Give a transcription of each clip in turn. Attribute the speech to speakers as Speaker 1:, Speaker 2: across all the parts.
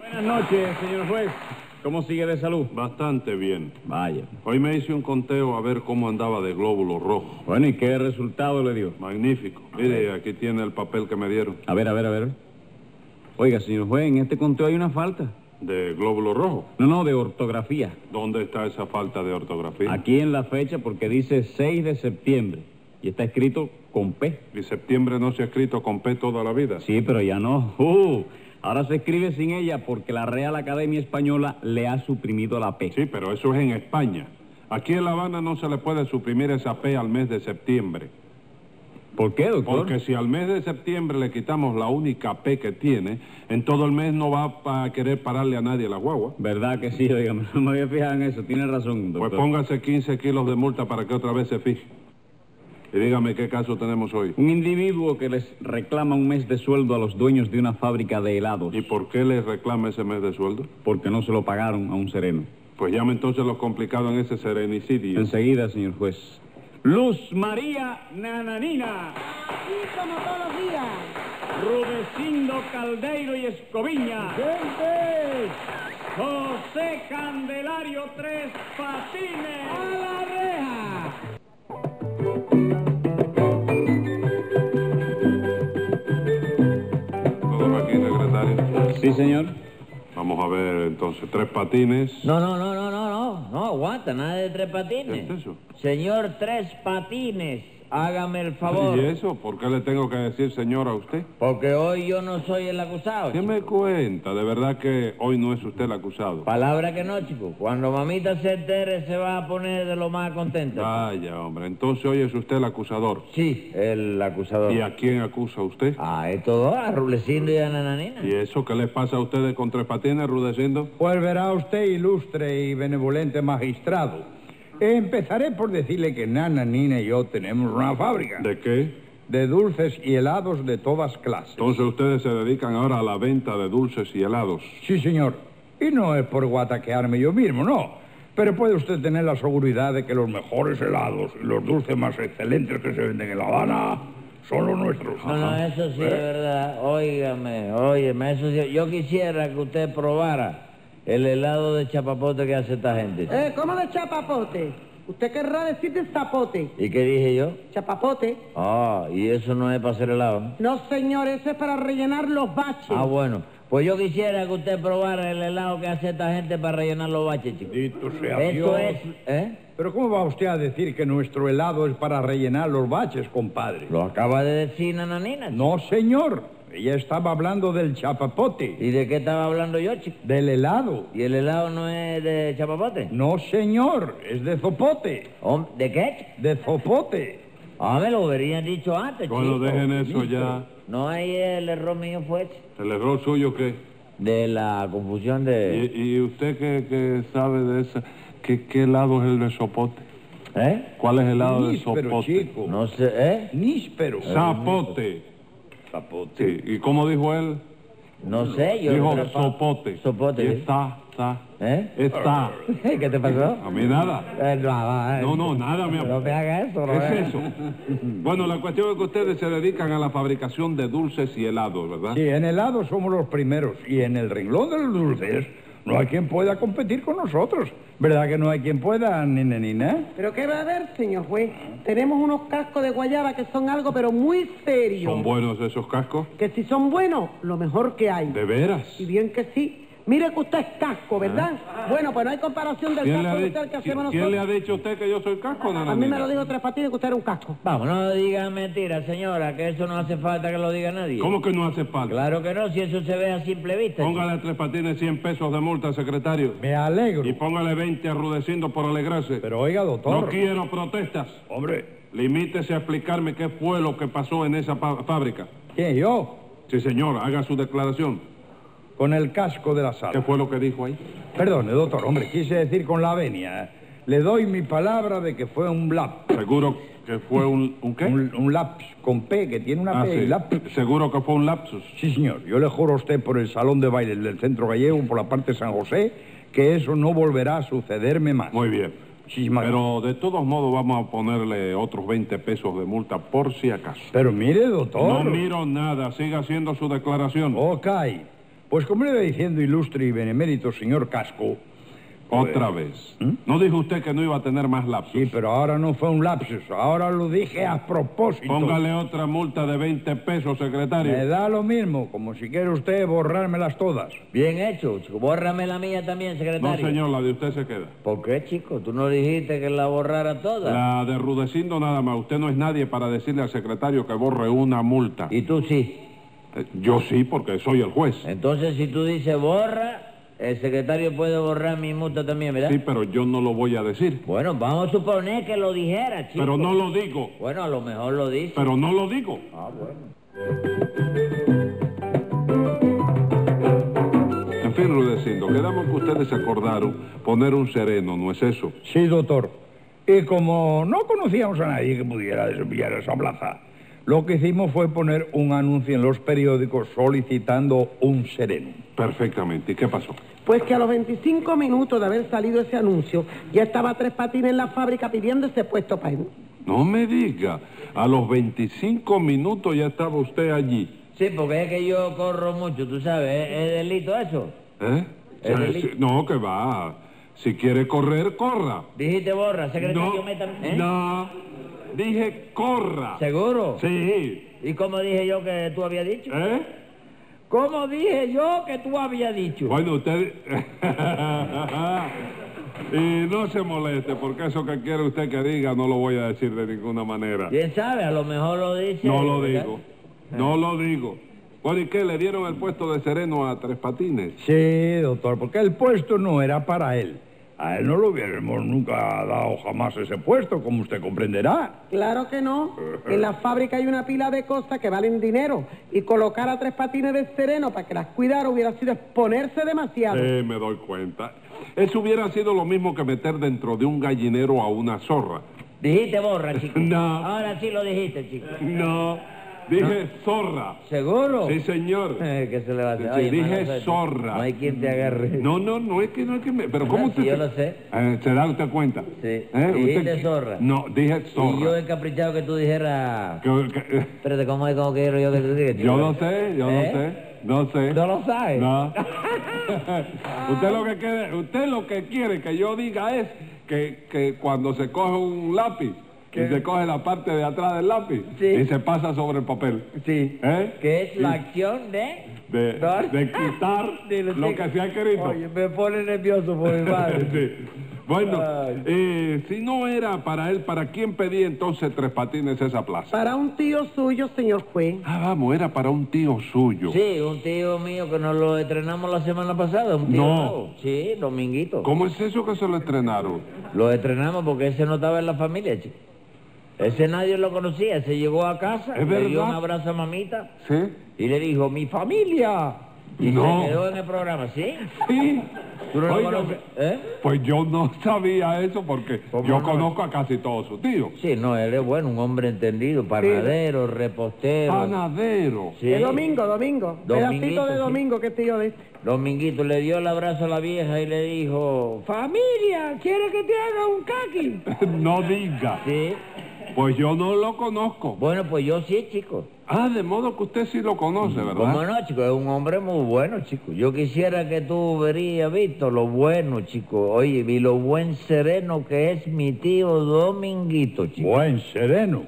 Speaker 1: Buenas noches, señor juez. ¿Cómo sigue de salud?
Speaker 2: Bastante bien.
Speaker 1: Vaya.
Speaker 2: Hoy me hice un conteo a ver cómo andaba de glóbulo rojo.
Speaker 1: Bueno, ¿y qué resultado le dio?
Speaker 2: Magnífico. Mire, aquí tiene el papel que me dieron.
Speaker 1: A ver, a ver, a ver. Oiga, señor juez, en este conteo hay una falta.
Speaker 2: ¿De glóbulo rojo?
Speaker 1: No, no, de ortografía.
Speaker 2: ¿Dónde está esa falta de ortografía?
Speaker 1: Aquí en la fecha porque dice 6 de septiembre y está escrito con P.
Speaker 2: ¿Y septiembre no se ha escrito con P toda la vida?
Speaker 1: Sí, pero ya no. Uh, ahora se escribe sin ella porque la Real Academia Española le ha suprimido la P.
Speaker 2: Sí, pero eso es en España. Aquí en La Habana no se le puede suprimir esa P al mes de septiembre.
Speaker 1: ¿Por qué, doctor?
Speaker 2: Porque si al mes de septiembre le quitamos la única P que tiene, en todo el mes no va pa- a querer pararle a nadie la guagua.
Speaker 1: ¿Verdad que sí? Oiga, no me había fijado en eso. Tiene razón, doctor.
Speaker 2: Pues póngase 15 kilos de multa para que otra vez se fije. Y dígame qué caso tenemos hoy.
Speaker 1: Un individuo que les reclama un mes de sueldo a los dueños de una fábrica de helados
Speaker 2: ¿Y por qué le reclama ese mes de sueldo?
Speaker 1: porque no se lo pagaron a un sereno.
Speaker 2: Pues llame entonces lo complicado en ese serenicidio.
Speaker 1: Enseguida, señor juez. Luz María Nananina,
Speaker 3: Aquí como todos los días.
Speaker 1: Rudecindo Caldeiro y Escoviña,
Speaker 3: ¡Gente!
Speaker 1: José Candelario Tres Patines.
Speaker 3: ¡A la reja!
Speaker 2: Todo aquí, secretario.
Speaker 1: Sí, señor.
Speaker 2: Vamos a ver entonces, tres patines.
Speaker 4: No, no, no, no, no, no, no, aguanta, nada de tres patines.
Speaker 2: ¿Qué es eso?
Speaker 4: Señor Tres Patines, hágame el favor.
Speaker 2: ¿Y eso? ¿Por qué le tengo que decir señor a usted?
Speaker 4: Porque hoy yo no soy el acusado.
Speaker 2: ¿Qué
Speaker 4: chico.
Speaker 2: me cuenta? De verdad que hoy no es usted el acusado.
Speaker 4: Palabra que no, chico. Cuando mamita se entere se va a poner de lo más
Speaker 2: Ah.
Speaker 4: contenta.
Speaker 2: Vaya, hombre, entonces hoy es usted el acusador.
Speaker 4: Sí, el acusador.
Speaker 2: ¿Y a quién acusa usted?
Speaker 4: Ah, estos dos, a Rulecindo y a Nananina.
Speaker 2: ¿Y eso qué les pasa a ustedes con tres patines, Rudecindo?
Speaker 5: Pues verá usted, ilustre y benevolente magistrado. Empezaré por decirle que Nana, Nina y yo tenemos una fábrica de,
Speaker 2: ¿De qué?
Speaker 5: dulces y helados de todas clases.
Speaker 2: Entonces ustedes se dedican ahora a la venta de dulces y helados.
Speaker 5: Sí, señor. Y no es por guataquearme yo mismo, no. Pero puede usted tener la seguridad de que los mejores helados y los dulces más excelentes que se venden en La Habana son los nuestros.
Speaker 4: No, no, Ah, eso
Speaker 2: Eh.
Speaker 4: sí es verdad. Óigame, óigame, eso sí. Yo quisiera que usted probara el helado de chapapote que hace esta gente. chico.
Speaker 3: Eh, ¿Cómo de chapapote? ¿Usted querrá decir de zapote?
Speaker 4: ¿Y qué dije yo?
Speaker 3: ¿Chapapote?
Speaker 4: Ah, y eso no es para hacer helado. ¿no?
Speaker 3: No, señor, eso es para rellenar los baches.
Speaker 4: Ah, bueno. Pues yo quisiera que usted probara el helado que hace esta gente para rellenar los baches, chicos.
Speaker 5: Bendito sea
Speaker 4: Eso
Speaker 5: Dios.
Speaker 4: es, ¿eh?
Speaker 5: Pero ¿cómo va usted a decir que nuestro helado es para rellenar los baches, compadre?
Speaker 4: Lo acaba de decir Nananina. chico.
Speaker 5: No, señor. Ella estaba hablando del chapapote,
Speaker 4: ¿Y de qué estaba hablando yo, chico?
Speaker 5: del helado.
Speaker 4: ¿Y el helado no es de chapapote?
Speaker 5: No, señor, es de zopote,
Speaker 4: Hom- ¿De qué? chico?
Speaker 5: de zopote.
Speaker 4: Ah, me lo hubieran dicho antes,
Speaker 2: Bueno,
Speaker 4: chico.
Speaker 2: dejen eso ya.
Speaker 4: No, ahí el error mío fue chico,
Speaker 2: ¿El error suyo qué?
Speaker 4: de la confusión de...
Speaker 2: ¿Y, y usted qué, qué sabe de esa? ¿Qué, ¿Qué helado es el de sopote?
Speaker 4: ¿Eh?
Speaker 2: ¿Cuál es el helado de
Speaker 5: Níspero,
Speaker 2: sopote?
Speaker 5: chico.
Speaker 4: No sé, ¿eh?
Speaker 5: Níspero.
Speaker 2: Zapote.
Speaker 5: Zapote.
Speaker 2: Sí. ¿Y cómo dijo él?
Speaker 4: No sé, yo...
Speaker 2: Dijo
Speaker 4: pero-
Speaker 2: sopote.
Speaker 4: Sopote,
Speaker 2: Y
Speaker 4: ¿eh?
Speaker 2: está, está.
Speaker 4: ¿Eh?
Speaker 2: Está.
Speaker 4: ¿Qué te pasó?
Speaker 2: A mí nada.
Speaker 4: Eh, no, no, eh.
Speaker 2: No, no, nada, mi
Speaker 4: No
Speaker 2: amor.
Speaker 4: me haga eso, no
Speaker 2: ¿Qué
Speaker 4: me haga
Speaker 2: es eso? Bueno, la cuestión es que ustedes se dedican a la fabricación de dulces y helados, ¿verdad?
Speaker 5: Sí, en helado somos los primeros y en el renglón de los dulces no hay quien pueda competir con nosotros. ¿Verdad que no hay quien pueda, nina, nina?
Speaker 3: ¿Pero qué va a haber, señor juez? Tenemos unos cascos de guayaba que son algo, pero muy serio.
Speaker 2: ¿Son buenos esos cascos?
Speaker 3: Que si son buenos, lo mejor que hay.
Speaker 2: ¿De veras?
Speaker 3: Y bien que sí. Mire que usted es casco, ¿verdad? Bueno, pues no hay comparación del
Speaker 2: Ah. ¿Quién le, ha
Speaker 3: casco de
Speaker 2: dicho,
Speaker 3: usted al que hacemos
Speaker 2: quién le
Speaker 3: nosotros.
Speaker 2: ha dicho a usted que yo soy casco,
Speaker 3: A mí me
Speaker 2: nananina?
Speaker 3: lo dijo Tres Patines que usted era un casco.
Speaker 4: Vamos, no diga mentiras, señora, que eso no hace falta que lo diga nadie.
Speaker 2: ¿Cómo que no hace falta?
Speaker 4: Claro que no, si eso se ve a simple vista.
Speaker 2: Póngale a Tres Patines 100 pesos de multa, secretario.
Speaker 5: Me alegro.
Speaker 2: Y póngale 20 arrudeciendo por alegrarse.
Speaker 5: Pero oiga, doctor.
Speaker 2: No quiero protestas.
Speaker 5: Hombre,
Speaker 2: Limítese a explicarme qué fue lo que pasó en esa pa- fábrica.
Speaker 5: ¿quién yo?
Speaker 2: Sí, señor, haga su declaración.
Speaker 5: Con el casco de la
Speaker 2: ¿Qué
Speaker 5: sala.
Speaker 2: fue lo que dijo ahí?
Speaker 5: Perdone, doctor, hombre, quise decir con la venia. ¿eh? Le doy mi palabra de que fue un lap.
Speaker 2: Seguro que fue un... ¿Un qué?
Speaker 5: Un, un laps con P, que tiene una
Speaker 2: Ah,
Speaker 5: P
Speaker 2: sí.
Speaker 5: y lap.
Speaker 2: Seguro que fue un lapsus.
Speaker 5: Sí, señor. Yo le juro a usted por el salón de bailes del Centro Gallego, por la parte de San José, que eso no volverá a sucederme más.
Speaker 2: Muy bien.
Speaker 5: Muchísimas gracias.
Speaker 2: Pero de todos modos vamos a ponerle otros 20 pesos de multa por si acaso.
Speaker 5: Pero mire, doctor.
Speaker 2: No miro nada, siga haciendo su declaración.
Speaker 5: Ok. Pues como le iba diciendo, ilustre y benemérito señor Casco.
Speaker 2: Otra vez. ¿No dijo usted que no iba a tener más lapsos?
Speaker 5: ¿Mm? Sí, pero ahora no fue un lapsus, ahora lo dije a propósito.
Speaker 2: Póngale otra multa de 20 pesos, secretario.
Speaker 5: Me da lo mismo, como si quiere usted borrármelas todas.
Speaker 4: Bien hecho. chico. Bórrame la mía también,
Speaker 2: No,
Speaker 4: secretario.
Speaker 2: señor, la de usted se queda.
Speaker 4: ¿Por qué, chico? ¿Tú no dijiste que la borrara toda?
Speaker 2: La de Rudecindo nada más. Usted no es nadie para decirle al secretario que borre una multa.
Speaker 4: Y tú sí.
Speaker 2: Eh, Yo sí, porque soy el juez.
Speaker 5: Eh.
Speaker 4: Entonces, si tú dices borra, el secretario puede borrar mi multa también, ¿verdad?
Speaker 2: Sí, pero yo no lo voy a decir.
Speaker 4: Bueno, vamos a suponer que lo dijera, chico.
Speaker 2: Pero no lo digo.
Speaker 4: Bueno, a lo mejor lo dice.
Speaker 2: Pero no lo digo.
Speaker 4: Ah,
Speaker 2: En fin, Rudecindo, quedamos que ustedes acordaron poner un sereno, ¿no es eso?
Speaker 5: Sí, doctor. Y como no conocíamos a nadie que pudiera desviar esa plaza, lo que hicimos fue poner un anuncio en los periódicos solicitando un sereno.
Speaker 2: Perfectamente. ¿Y qué pasó?
Speaker 3: Pues que a los 25 minutos de haber salido ese anuncio, ya estaba Tres Patines en la fábrica pidiendo ese puesto para él.
Speaker 2: No me diga. A los 25 minutos ya estaba usted allí.
Speaker 4: Sí, porque es que yo corro mucho, tú sabes, es, es delito eso.
Speaker 2: ¿Eh?
Speaker 4: El
Speaker 2: Eh,
Speaker 4: delito.
Speaker 2: sí, No, que va. Si quiere correr, corra.
Speaker 4: Dijiste borra, secretario,
Speaker 2: No,
Speaker 4: métame- ¿eh?
Speaker 2: no. Dije corra.
Speaker 4: ¿Seguro?
Speaker 2: Sí.
Speaker 4: ¿Y cómo dije yo que tú habías dicho?
Speaker 2: ¿Eh?
Speaker 4: ¿Cómo dije yo que tú habías dicho?
Speaker 2: Bueno, usted... y no se moleste, porque eso que quiere usted que diga no lo voy a decir de ninguna manera.
Speaker 4: ¿Quién sabe? A lo mejor lo dice.
Speaker 2: No lo
Speaker 4: ¿verdad?
Speaker 2: digo. No lo digo. Bueno, ¿y qué? ¿Le dieron el puesto de sereno a Tres Patines?
Speaker 5: Sí, doctor, porque el puesto no era para él. A él no lo hubiéramos nunca dado jamás ese puesto, como usted comprenderá.
Speaker 3: Claro que no. En la fábrica hay una pila de cosas que valen dinero. Y colocar a Tres Patines de sereno para que las cuidara hubiera sido exponerse demasiado.
Speaker 2: Eh, me doy cuenta. Eso hubiera sido lo mismo que meter dentro de un gallinero a una zorra.
Speaker 4: Dijiste borra, chico.
Speaker 2: No.
Speaker 4: Ahora sí lo dijiste, chico.
Speaker 2: No, dije zorra.
Speaker 4: ¿Seguro?
Speaker 2: Sí, señor.
Speaker 4: Eh, ¿Qué se le va a hacer?
Speaker 2: Te
Speaker 4: Oye,
Speaker 2: dije
Speaker 4: mano, suerte.
Speaker 2: zorra.
Speaker 4: No hay quien te agarre.
Speaker 2: No, no, no es que no es que me... Pero ¿cómo
Speaker 4: Ah,
Speaker 2: usted...
Speaker 4: sí, yo
Speaker 2: se-
Speaker 4: lo sé.
Speaker 2: Eh, ¿Se da usted cuenta?
Speaker 4: Sí.
Speaker 2: ¿Eh?
Speaker 4: Dijiste zorra.
Speaker 2: No, dije
Speaker 4: Y yo
Speaker 2: zorra.
Speaker 4: he caprichado que tú dijeras...
Speaker 2: Que- que-
Speaker 4: Espérate, ¿cómo es? ¿Cómo quiero yo que te diga?
Speaker 2: Yo
Speaker 4: chico?
Speaker 2: no sé, yo no
Speaker 4: ¿Eh?
Speaker 2: sé, no sé.
Speaker 4: ¿No lo sabes?
Speaker 2: No. usted lo que quiere, usted lo que quiere que yo diga es que, que cuando se coge un lápiz, y se coge la parte de atrás del lápiz
Speaker 4: Sí.
Speaker 2: y se pasa sobre el papel.
Speaker 4: Sí.
Speaker 2: ¿Eh?
Speaker 4: Que es la
Speaker 2: Y-
Speaker 4: acción de...
Speaker 2: de,
Speaker 4: Dor-
Speaker 2: de quitar
Speaker 4: Sí, lo
Speaker 2: lo
Speaker 4: sé.
Speaker 2: que se ha querido.
Speaker 4: Oye, me pone nervioso por mi madre.
Speaker 2: Sí. Bueno,
Speaker 4: Ay.
Speaker 2: eh, si no era para él, ¿para quién pedía entonces tres patines esa plaza?
Speaker 3: Para un tío suyo, señor juez.
Speaker 2: Ah, vamos, era para un tío suyo.
Speaker 4: Sí, un tío mío que nos lo estrenamos la semana pasada, un tío
Speaker 2: No.
Speaker 4: nuevo. Sí, Dominguito.
Speaker 2: ¿Cómo es eso que se lo estrenaron?
Speaker 4: Lo estrenamos porque ese no estaba en la familia, chico. Ese nadie lo conocía, se llegó a casa,
Speaker 2: ¿Es
Speaker 4: le dio
Speaker 2: verdad?
Speaker 4: un abrazo a mamita
Speaker 2: ¿Sí?
Speaker 4: y le dijo, mi familia. Y
Speaker 2: No.
Speaker 4: se quedó en el programa, ¿sí?
Speaker 2: Sí.
Speaker 4: ¿Tú no lo
Speaker 2: Oiga,
Speaker 4: conoces? ¿Eh?
Speaker 2: Pues yo no sabía eso porque
Speaker 4: ¿Cómo
Speaker 2: yo
Speaker 4: no?
Speaker 2: conozco a casi todos sus tíos.
Speaker 4: Sí, no, él es bueno, un hombre entendido, panadero, repostero.
Speaker 2: Ah, Panadero.
Speaker 4: Sí.
Speaker 3: Es domingo, domingo.
Speaker 4: Dominguito,
Speaker 3: Pedacito de
Speaker 4: sí.
Speaker 3: domingo, que tío de este.
Speaker 4: Dominguito le dio el abrazo a la vieja y le dijo, familia, ¿quieres que te haga un caqui?
Speaker 2: no diga.
Speaker 4: Sí.
Speaker 2: Pues yo no lo conozco.
Speaker 4: Bueno, pues yo sí, chico.
Speaker 2: Ah, de modo que usted sí lo conoce, ¿verdad?
Speaker 4: ¿Cómo no, chico? Es un hombre muy bueno, chico. Yo quisiera que tú verías, Víctor, lo bueno, chico. Oye, y lo buen sereno que es mi tío Dominguito, chico.
Speaker 5: Buen sereno,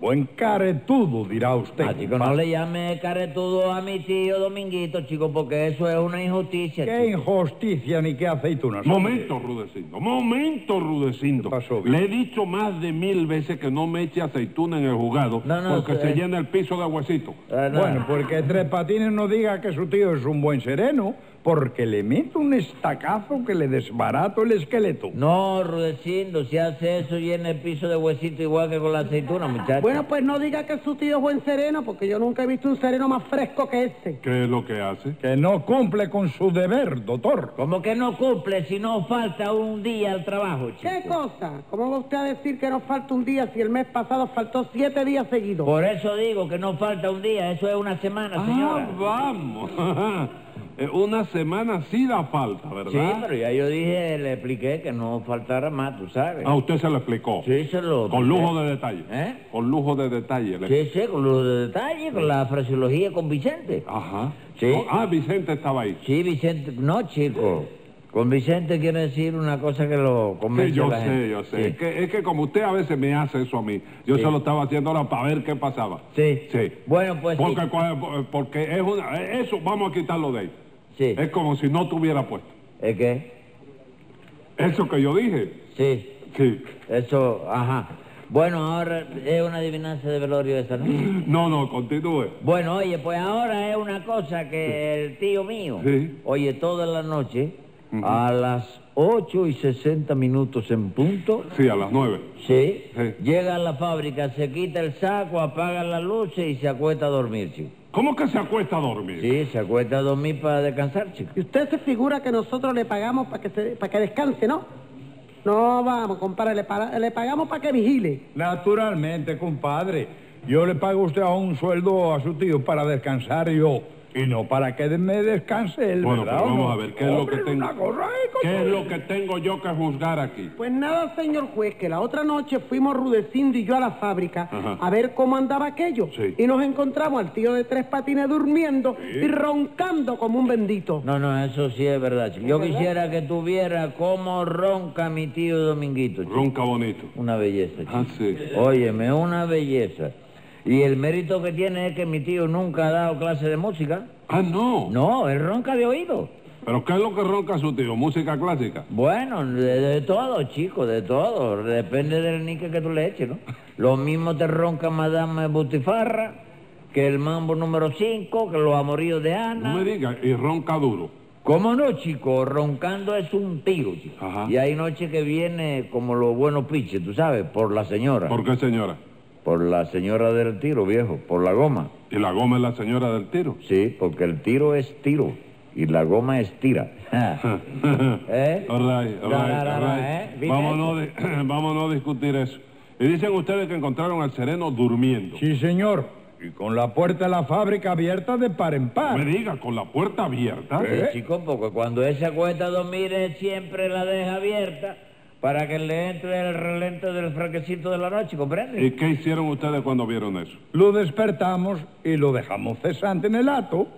Speaker 5: buen caretudo, dirá usted.
Speaker 4: Ah, chico, no le llame caretudo a mi tío Dominguito, chico, porque eso es una injusticia,
Speaker 5: Qué
Speaker 4: chico.
Speaker 5: injusticia ni qué aceitunas.
Speaker 2: Momento, Rudecindo. Momento, Rudecindo.
Speaker 5: ¿Qué pasó, Vic?
Speaker 2: Le he dicho más de mil veces que no me eche aceituna en el jugado
Speaker 4: No, no,
Speaker 2: porque
Speaker 4: eh.
Speaker 2: se llena el piso de huesito.
Speaker 4: Ah, no.
Speaker 5: Bueno, porque Tres Patines no diga que su tío es un buen sereno, porque le meto un estacazo que le desbarato el esqueleto.
Speaker 4: No, Rudecindo, si hace eso llena el piso de huesito igual que con la aceituna, muchacho.
Speaker 3: Bueno, pues no diga que su tío es buen sereno, porque yo nunca he visto un sereno más fresco que este.
Speaker 2: ¿Qué es lo que hace?
Speaker 5: Que no cumple con su deber, doctor.
Speaker 4: Como que no cumple si no falta un día al trabajo, chico.
Speaker 3: ¿Qué cosa? ¿Cómo va usted a decir que nos falta un día si el mes pasado faltó siete días seguidos?
Speaker 4: Por eso digo que no falta un día, eso es una semana,
Speaker 2: Ah,
Speaker 4: señora.
Speaker 2: vamos. eh, una semana sí da falta,
Speaker 4: Sí,
Speaker 2: ¿verdad?
Speaker 4: pero ya yo dije, le expliqué que no faltara más, tú sabes.
Speaker 2: A usted se lo explicó.
Speaker 4: Sí, se lo
Speaker 2: Ah, Con lujo
Speaker 4: expliqué.
Speaker 2: de detalle.
Speaker 4: ¿Eh?
Speaker 2: Con lujo de detalle. le-
Speaker 4: Sí, sí, con lujo de detalle, con la fraseología con Vicente.
Speaker 2: Ajá.
Speaker 4: Sí.
Speaker 2: Oh, ah, Vicente estaba ahí.
Speaker 4: Sí, Vicente, no, chico. Con Vicente quiero decir una cosa que lo convence
Speaker 2: Sí, yo
Speaker 4: a la gente.
Speaker 2: sé, yo sé.
Speaker 4: Sí.
Speaker 2: Es, que, es que como usted a veces me hace eso a mí, yo
Speaker 4: Sí.
Speaker 2: se lo estaba haciendo ahora para ver qué pasaba.
Speaker 4: Sí.
Speaker 2: Sí.
Speaker 4: Bueno, pues sí.
Speaker 2: Porque, cua- porque es una... Eso vamos a quitarlo de ahí.
Speaker 4: Sí.
Speaker 2: Es como si no tuviera puesto.
Speaker 4: ¿Es qué?
Speaker 2: Eso que yo dije.
Speaker 4: Sí,
Speaker 2: Sí.
Speaker 4: eso, ajá. Bueno, ahora es una adivinanza de velorio esa, ¿no?
Speaker 2: No, no, continúe.
Speaker 4: Bueno, oye, pues ahora es una cosa que el tío mío,
Speaker 2: Sí.
Speaker 4: oye, toda la noche, a las 8 y 60 minutos en punto,
Speaker 2: Sí, a las nueve.
Speaker 4: sí,
Speaker 2: Sí.
Speaker 4: llega a la fábrica, se quita el saco, apaga las luces y se acuesta a dormir, chico.
Speaker 2: ¿Cómo que se acuesta a dormir?
Speaker 4: Sí, se acuesta a dormir para descansar, chico.
Speaker 3: Y usted se figura que nosotros le pagamos para que, se- para que descanse, ¿no? No, vamos, compadre, le, para- le pagamos para que vigile.
Speaker 5: Naturalmente, compadre. Yo le pago a usted a un sueldo a su tío para descansar yo. Y no para que me descanse él,
Speaker 2: Bueno,
Speaker 5: ¿verdad
Speaker 2: pero
Speaker 5: o no?
Speaker 2: vamos a ver, ¿qué es lo que
Speaker 5: Hombre,
Speaker 2: tengo?
Speaker 5: una cosa ahí,
Speaker 2: ¿Qué es
Speaker 5: compadre.
Speaker 2: lo que tengo yo que juzgar aquí?
Speaker 3: Pues nada, señor juez, que la otra noche fuimos Rudecindo y yo a la fábrica
Speaker 2: Ajá.
Speaker 3: a ver cómo andaba aquello.
Speaker 2: Sí.
Speaker 3: Y nos encontramos al tío de tres patines durmiendo y roncando como un bendito.
Speaker 4: No, no, eso sí es verdad, chico. Yo quisiera que tuviera cómo ronca mi tío Dominguito, chico.
Speaker 2: Ronca bonito.
Speaker 4: Una belleza, chico.
Speaker 2: Ah, sí.
Speaker 4: Óyeme, una belleza. Y el mérito que tiene es que mi tío nunca ha dado clase de música.
Speaker 2: Ah, no.
Speaker 4: No, él ronca de oído.
Speaker 2: ¿Pero qué es lo que ronca su tío? ¿Música clásica?
Speaker 4: Bueno, de, de todo, chico, de todo. Depende del nique que tú le eches, ¿no? Lo mismo te ronca Madame Butifarra que el mambo número 5, que los amoríos de
Speaker 2: No
Speaker 4: Ana.
Speaker 2: me diga, y ronca duro.
Speaker 4: ¿Cómo no, chico? Roncando es un tiro, chico.
Speaker 2: Ajá.
Speaker 4: Y hay noche que viene como los buenos piches, tú sabes, por la señora.
Speaker 2: ¿Por qué, señora?
Speaker 4: Por la señora del tiro, viejo, por la goma.
Speaker 2: ¿Y la goma es la señora del tiro?
Speaker 4: Sí, porque el tiro es tiro y la goma es tira. ¿Eh?
Speaker 2: All right, all right,
Speaker 4: No, no, no,
Speaker 2: all
Speaker 4: no,
Speaker 2: right.
Speaker 4: ¿eh? ¿Viste
Speaker 2: Vamos,
Speaker 4: eso?
Speaker 2: no di- vamos no discutir eso. Y dicen ustedes que encontraron al sereno durmiendo.
Speaker 5: Sí, señor. Y con la puerta de la fábrica abierta de par en
Speaker 2: No
Speaker 5: par.
Speaker 2: Me diga, con la puerta abierta.
Speaker 4: Sí, chico, porque cuando él se acuesta a dormir, él siempre la deja abierta para que le entre el relento del fraquecito de la noche, ¿comprende?
Speaker 2: ¿Y qué hicieron ustedes cuando vieron eso?
Speaker 5: Lo despertamos y lo dejamos cesante en el ato.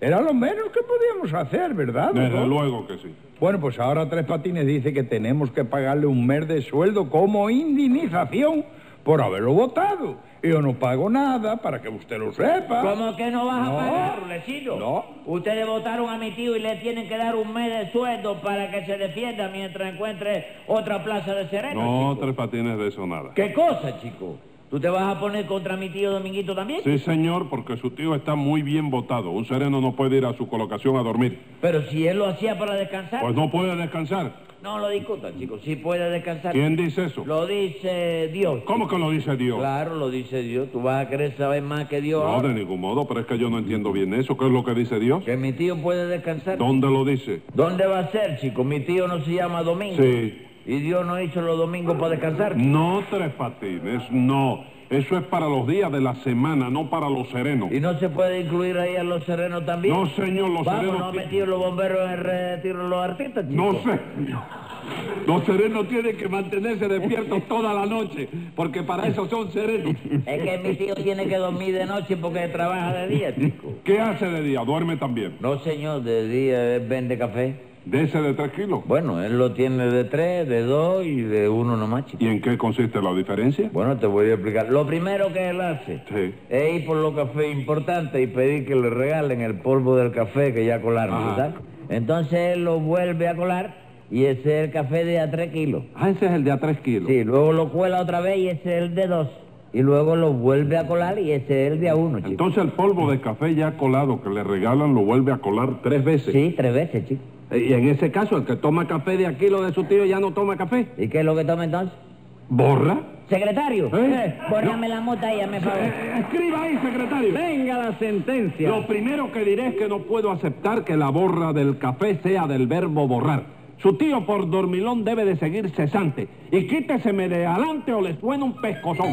Speaker 5: Era lo menos que podíamos hacer, ¿verdad?
Speaker 2: Desde
Speaker 5: doctor?
Speaker 2: luego que sí.
Speaker 5: Bueno, pues ahora Tres Patines dice que tenemos que pagarle un mes de sueldo como indemnización por haberlo votado. Y yo no pago nada para que usted lo sepa.
Speaker 4: ¿Cómo que no vas
Speaker 5: No.
Speaker 4: a pagar, Rulecillo?
Speaker 5: No.
Speaker 4: Ustedes votaron a mi tío y le tienen que dar un mes de sueldo para que se defienda mientras encuentre otra plaza de sereno.
Speaker 2: No,
Speaker 4: chico.
Speaker 2: tres patines de eso nada.
Speaker 4: ¿Qué cosa, chico? ¿Tú te vas a poner contra mi tío Dominguito también?
Speaker 2: Sí, señor, porque su tío está muy bien votado. Un sereno no puede ir a su colocación a dormir.
Speaker 4: Pero si él lo hacía para descansar.
Speaker 2: Pues no puede descansar.
Speaker 4: No lo discutan, chicos. Si puede descansar.
Speaker 2: ¿Quién dice eso?
Speaker 4: Lo dice Dios.
Speaker 2: ¿Cómo que lo dice Dios?
Speaker 4: Claro, lo dice Dios. Tú vas a querer saber más que Dios.
Speaker 2: No,
Speaker 4: ahora.
Speaker 2: de ningún modo, pero es que yo no entiendo bien eso. ¿Qué es lo que dice Dios?
Speaker 4: Que mi tío puede descansar.
Speaker 2: ¿Dónde lo dice?
Speaker 4: ¿Dónde va a ser, chico? Mi tío no se llama Domingo.
Speaker 2: Sí.
Speaker 4: Y Dios no hizo los domingos para descansar.
Speaker 2: No, tres patines, no. Eso es para los días de la semana, no para los serenos.
Speaker 4: Y no se puede incluir ahí a los serenos también.
Speaker 2: No, señor, los
Speaker 4: Vamos, no
Speaker 2: serenos.
Speaker 4: han
Speaker 2: ti-
Speaker 4: metido los bomberos en retiro los artistas, chico.
Speaker 2: No, señor. Los serenos tienen que mantenerse despiertos toda la noche, porque para eso son serenos.
Speaker 4: Es que mi tío tiene que dormir de noche porque trabaja de día, chico.
Speaker 2: ¿Qué hace de día? Duerme también.
Speaker 4: No, señor, de día él vende café.
Speaker 2: De ese de tres kilos.
Speaker 4: Bueno, él lo tiene de tres, de dos y de uno nomás, chico.
Speaker 2: ¿Y en qué consiste la diferencia?
Speaker 4: Bueno, te voy a explicar. Lo primero que él hace
Speaker 2: Sí.
Speaker 4: es ir por los cafés importantes y pedir que le regalen el polvo del café que ya colaron,
Speaker 2: Ajá.
Speaker 4: ¿sabes? Entonces él lo vuelve a colar y ese es el café de a tres kilos.
Speaker 2: Ah, ese es el de a tres kilos.
Speaker 4: Sí, luego lo cuela otra vez y ese es el de dos. Y luego lo vuelve a colar y ese es el de a uno, chico.
Speaker 2: Entonces el polvo de café ya colado que le regalan lo vuelve a colar tres veces. Eh,
Speaker 4: Sí, tres veces, chico.
Speaker 2: Y en ese caso, el que toma café de aquí, lo de su tío, ya no toma café.
Speaker 4: ¿Y qué es lo que toma entonces?
Speaker 2: ¿Borra?
Speaker 4: Secretario,
Speaker 2: ¿Eh?
Speaker 4: eh, bórrame la mota ahí, me favor.
Speaker 2: escriba ahí, secretario.
Speaker 6: Venga la sentencia.
Speaker 2: Lo primero que diré es que no puedo aceptar que la borra del café sea del verbo borrar. Su tío por dormilón debe de seguir cesante. Y quíteseme de adelante o le suena un pescozón.